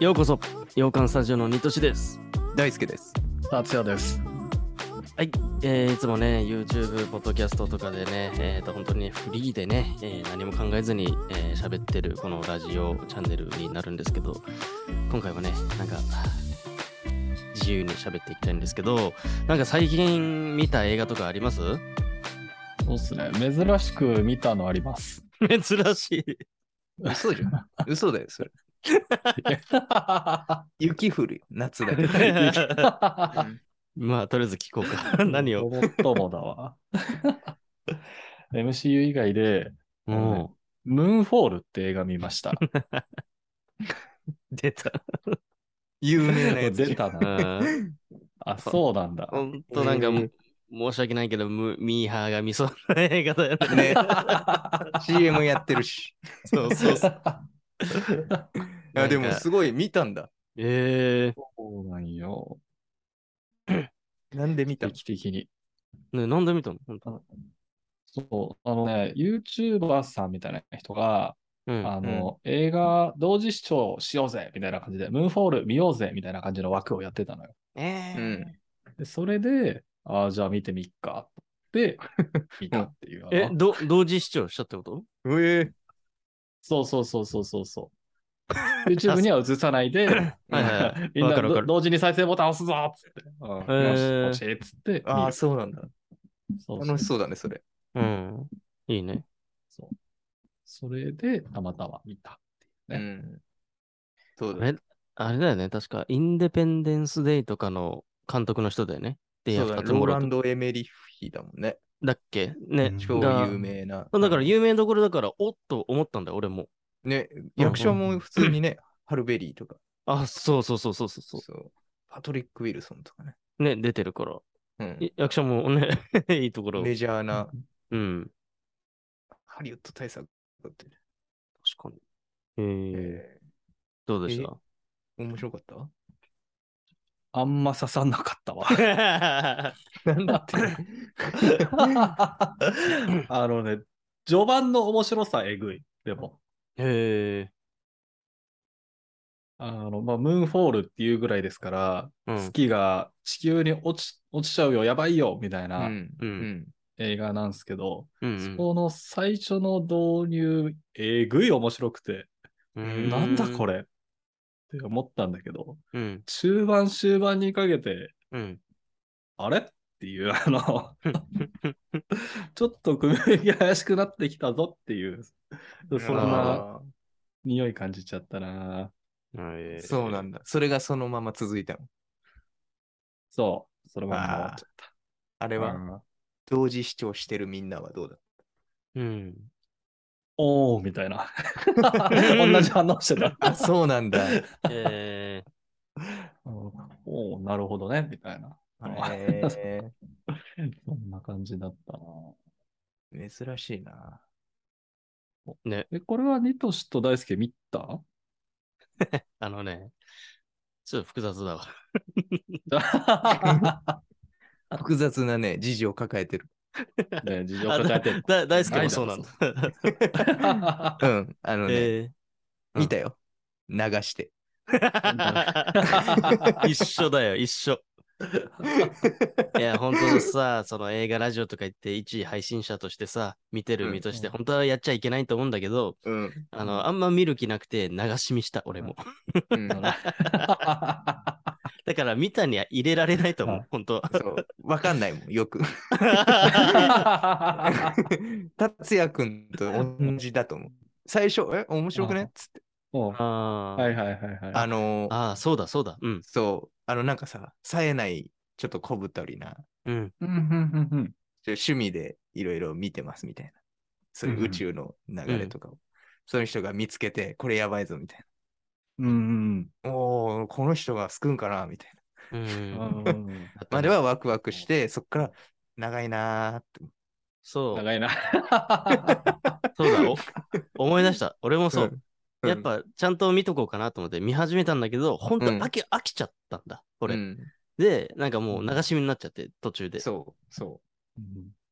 ようこそ洋館スタジオのニトシです大輔です。達也です。はい、えーいつもね YouTube ポッドキャストとかでねえーと本当にフリーでね、えー何も考えずにえー喋、ってるこのラジオチャンネルになるんですけど今回はねなんか自由に喋っていきたいんですけどなんか最近見た映画とかありますそうですね。珍しく見たのあります。珍しい 嘘じゃん。嘘だよ、それ。は雪降るよ、夏だよ。まあとりあえず聞こう か 何をもっともだ わ。MCU 以外で、もうムーンフォールって映画見 ました。出た有名なやつじゃん。出たうな。んあ、そうなんだ。ほんとなんかもう申し訳ないけどむミーハーが見そうな映画だよねね、CM やってるし。そうそうそう。いやでもなんかすごい見たんだ。えそうなんよ。なんで見定期的に。ー、ね、なんで見たの本当そう、あのね、YouTuber さんみたいな人が、うん。あの、映画同時視聴しようぜみたいな感じで、ムーンフォール見ようぜみたいな感じの枠をやってたのよ。えうーん。で、それで、ああ、じゃあ見てみっか って、見たっていう。えあ、のど、同時視聴したってことうえそうそうそうそうそ うそう。YouTube には映さないで、 はいはいはみんわなかるわかどる同時に再生ボタン押すぞっつって、うんへよーし、ポチッつって見る、ああ、そうなんだ。そうそう楽しそうだね、それ。うん。いいね。そうそれで、たまたま見た。うねん。そうあだね。れ、あれだよね。確か、インデペンデンス・デイとかの監督の人だよね。で、そうだね。二つロもーラろンとド・エメリッヒだもんね。だっけね。超が有名な。だから、有名どころだから、おっと思ったんだよ、俺も。ね、役者も普通にね、ハルベリーとか、あ、そうそうそうそうそうそそうパトリック・ウィルソンとかね。う。ね、出てるから。うんい役者もね、 いいところ。メジャーなうん。ハリウッド大作だってね。確かに。えー、えどうでしたー面白かったあんま刺さんな かったわ。 なんだって。。あのね、序盤の面白さえぐい。でも、へ えあの、まあ、ムーンフォールっていうぐらいですから、ー。うん。月が地球に落ち落ちちゃうよ、やばいよ、みたいうなんう。うんん。映画なんですけど、うんそうんこの最初の導入、えぐい面白くて、うなんだこれ。れって思ったんだけど、うん。中盤終盤にかけて、うん。あれっていう、あの、ちょっと組み上げ怪しくなってきたぞっていう、そんなあ匂い感じちゃったな。ーそうなんだ。それがそのまま続いたの。そう、そのまま終わっちゃっあれたは、な。同時視聴してるみんなはどうだうん。おーみたいな。同じ反応してた。あ、そうなん だ。えうんおーなるほどね、みたいな。へそんな感じだったな。ー珍しいな。え、これはニトシと大輔見たー、あのね、ちょっと複雑だわ。。複雑なね、事情を抱えてる。ね、事情抱えてるだ大好きもそうなんだ。うん。あのね、え見たよ。流して。 ー 一緒だよ、一緒。いや、本当にさ、その映画、ラジオとか言って、一位配信者としてさ、見てる身として、うん本当はやっちゃいけないと思うんだけど、うん。あの、あんま見る気なくて、流し見した、俺も。うんだから、見たには入れられないと思はう、本当そう。わかんないもん、よく。 達也くんと同じだと思う。最初、え、面白くねっつって。もあうーはいはいはいはい。あのー、あー、そうだ、そうだ。うん。そう、あの、なんかさ、冴えない、ちょっと小太りな、うん。うんうんうんうんちょ趣味でいろいろ見てますみたいな。そういうんううん宇宙の流れとかを。その人が見つけて、これやばいぞみたいうんな。おお、この人が救うんかなみたいな。ううんんうん。まではワクワクして、そっから長いなーって。そう、長いな。そう だ、お思い出した。俺もそうう。うんやっ、ぱ、ちゃんと見とこうかなと思って見始めたんだけど、本当うん飽き、飽きちゃったんだ、こ俺。で、なんかもう流し見になっちゃって、途中で。 そう、そ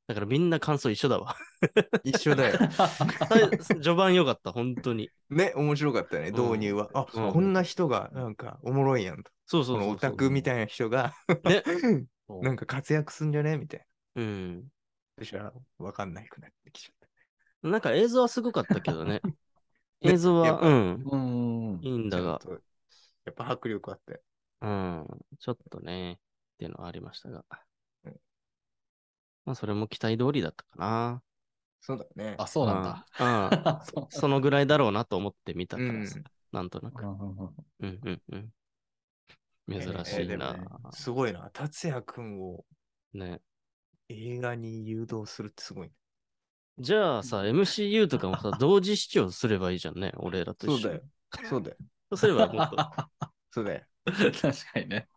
だからみんな感想一緒 だわ。一緒だよ。序盤良かった、本当に。ね、面白かったね、導入は。あ、うんこんな人が、なんか、おもろいやんと。そうそそうそうのそう。オタクみたいな人が、ねなんか活躍すんじゃねみたいな。うん。そしたら、わかんないくなってきちゃっなんか映像はすごかったけど ね。映像やは、っぱうん、うん。いいんた。だがち、ょっとやっぱ迫力あって。うん、ちょっとね、っていうのはありましたがうん。まあ、それも期待通りだったかな。そうだね。あ、そうなんだ。だ。うん。そうそのぐらいだろうなと思って見たうかんらさ、なんとなく。 ううんうんうん。珍ーしいでもなね。すごいな。達也くんをね。映画に誘導するってすごいね。じゃあさ、MCU とかも さ、同時視聴すればいいじゃんね、俺らと一緒に。。そうだよ。そうすればもっと。 そうだよ。 確かにね。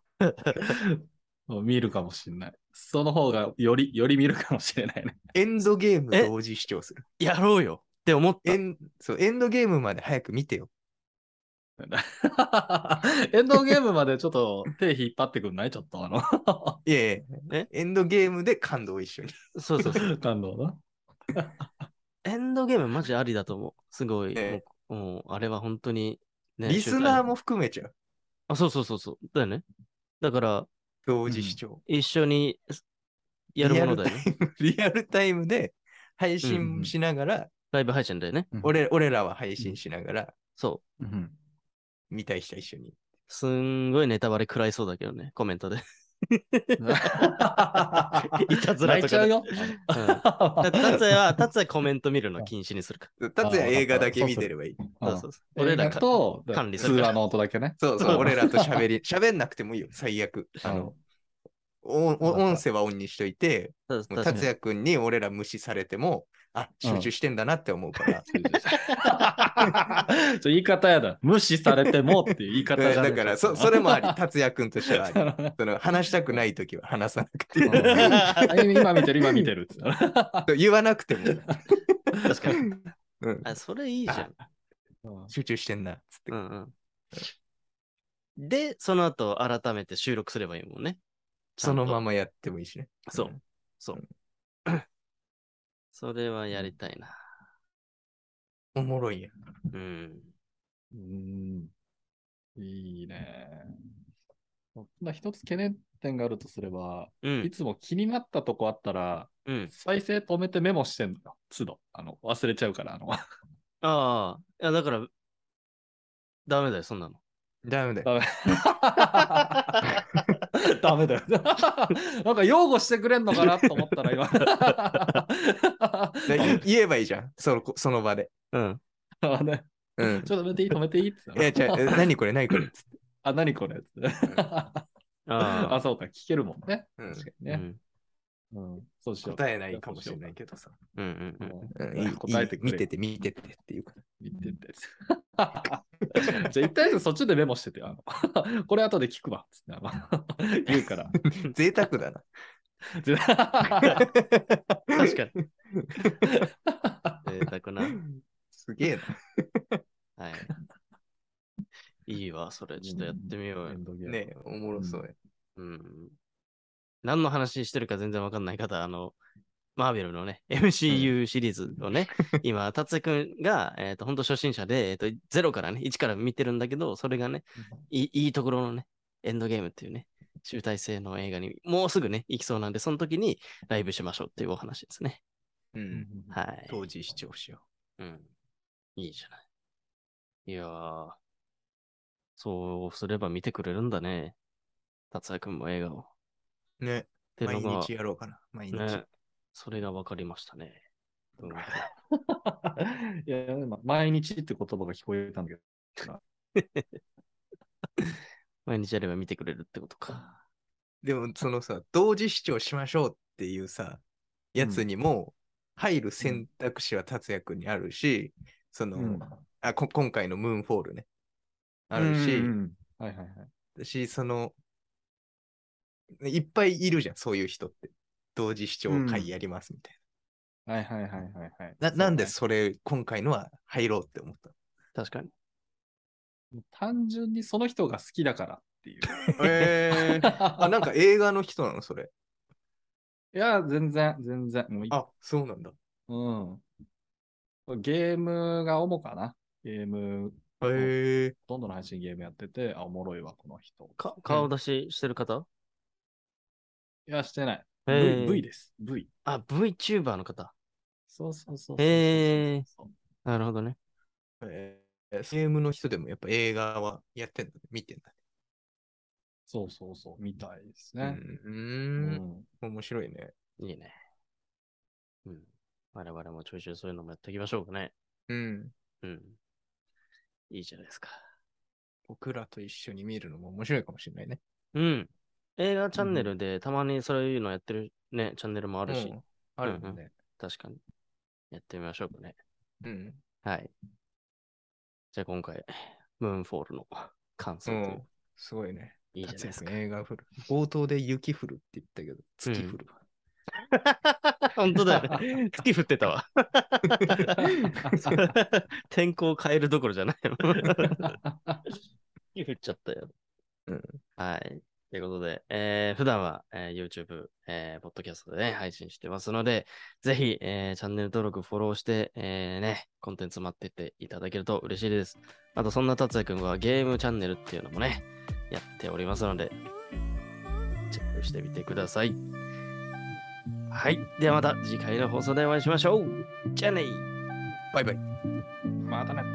もう見るかもしれない。その方がより、より見るかもしれないね。エンドゲームえ同時視聴する。やろうよって思ったエ。ンそうエンドゲームまで早く見てよ。 エンドゲームまでちょっと手引っ張ってくんないちょっとあの、いやいやえ、エンドゲームで感動を一緒に。そうそうそう。感動な。エンドゲームマジありだと思う。すごい。えもうもうあれは本当に、ね。リスナーも。も含めちゃう。あ、そうそうそうそう。だよね。だから、同時視聴。一緒にやるものだよね。 リアルタイムで配うんう信んしながら、ライブ配信だよね。俺 俺らは配信しながら、そう。うん見たい人は一緒に。すんごいネタバレ食らいそうだけどね、コメント で。いたずら泣と いちゃかうで。よ。うんだ達也は、達也コメント見るの禁止にするか達也映画だけ見てればいい。ら。うそうんそうそう。俺俺ららかと管理す通るから話の音だけね。そうそう、俺らと喋り、喋んなくてもいいよ、最悪。あの、おお音声はオンにしといて、そうも確うかに達也くんに俺ら無視されても、あ、集中してんだなって思う から。ちょ言い方やだ。無視されてもっていう言い方えじゃねえだからそ、それもあり、達也くんとして はあり。うその話したくないときは話さなく ていいん あ今見てる、今見てるっつったら。言わなくても、確かに。うんあ、それいいじゃん。 集中してんなっつってう。んうん。で、その後改めて収録すればいいもんね。ちゃそんとのままやってもいいしね。そううん。そう。それはやりたいな。おもろいやん。うん。うん。いいね。まあ、一つ懸念点があるとすれば、ういん。つも気になったとこあったら、うん。再生止めてメモしてんのよ。都度。あの、忘れちゃ うから、あの、ああ。いや、だから、ダメだよ、そんなの。ダメだよ。ダメ。ダメだよ。なんか擁護してくれんのかなと思ったら今。 だからい言えばいいじゃん。そのその場で。うん。あねうん。ちょっと止めていい止めていいって言っいや、たじゃら。あ、え何これ何これっつって。あ、何これってあ、あそうか、聞けるもんね。うん確かにあ。うね。ん。うん。そうしよう。答えないかもしれないけどさ。うんうんうん。うんうんいい答えてくれ見てて見ててっていうか。見てってやつじゃあ、一体ずつそっちでメモしてて、あの これ後で聞くわ。つってあの 言うから。贅沢だな。絶対確かに。贅沢な。すげえはい。いいわ、それ。ちょっとやってみようエよ。ンドゲーな。ムねえ、おもろそうや。うん。何の話してるか全然わかんない方、あの、マーベルのね、MCU シリーズをね、今、達也くんが、えっ、と、本当初心者で、えっ、と、ゼロからね、1から見てるんだけど、それがね、いいいいところのね、エンドゲームっていうね、集大成の映画にもうすぐね、行きそうなんで、その時にライブしましょうっていうお話ですね。ううんん。はい。当時視聴しようん。いいじゃない。いやー、そうすれば見てくれるんだね。達也くんも映画を。っう。ね。ての毎が日やろうかな。毎日。ね、それが分かりました ね。うんいや、今毎日って言葉が聞こえたんだけど。毎日やれば見てくれるってことか。でも、そのさ、同時視聴しましょうっていうさ、やつにも入る選択肢は達也くんにあるし、その、あこ、今回のムーンフォールね。あるし、うんうんはいはいはい。し、その、いっぱいいるじゃん、そういう人って。同時視聴会やりますみたいはいはいはいはいはい。な。ななんでそうそれ、今回のは入ろうって思った確かに。ね単純にその人が好きだからっていう。 のえー、あ、なんか映画の人なの、それ。いや、全然、全然。もういあ、そうなんだ。うん。ゲームが主かな。ゲーム、へえ。ほとんどの配信ゲームやってて、あ、おもろいわ、この人。か顔出ししてる方、いや、してない。えー v, v です。V。あ、VTuber の方。そうそうそうそうそうそうへーなるほどね。えーゲームの人でもやっぱ映画はやってんだね、見てんだそうそうそう、みたいですねね。。う、うんん。うん面白いね。いいね。うん。我々もちょいちょいそういうのもやっていきましょうかね。うん。うん。いいじゃないですか。僕らと一緒に見るのも面白いかもしれないね。うん。映画チャンネルでたまにそういうのやってるね、チャンネルもあるし、うんあるもんね。確かに。やってみましょうかね。うん。はい。じゃあ今回、ムーンフォールの感想といううんすごいね。いいじゃない達です也か君。映画降る。冒頭で雪降るって言ったけど、月降るわ。 本当だよ ね。月降ってたわ。 天候を変えるどころじゃないよ。雪降っちゃったよ。うんはい。ということで、えー普段は、えー YouTube、えー、Podcast で、ね、配信してますので、ぜひ、えーチャンネル登録、フォローして、えーね、コンテンツ待ってていただけると嬉しいです。あと、そんな達也くんはゲームチャンネルっていうのもね、やっておりますので、チェックしてみてください。はい。ではまた次回の放送でお会いしましょう。じゃあねバイバイ。またね。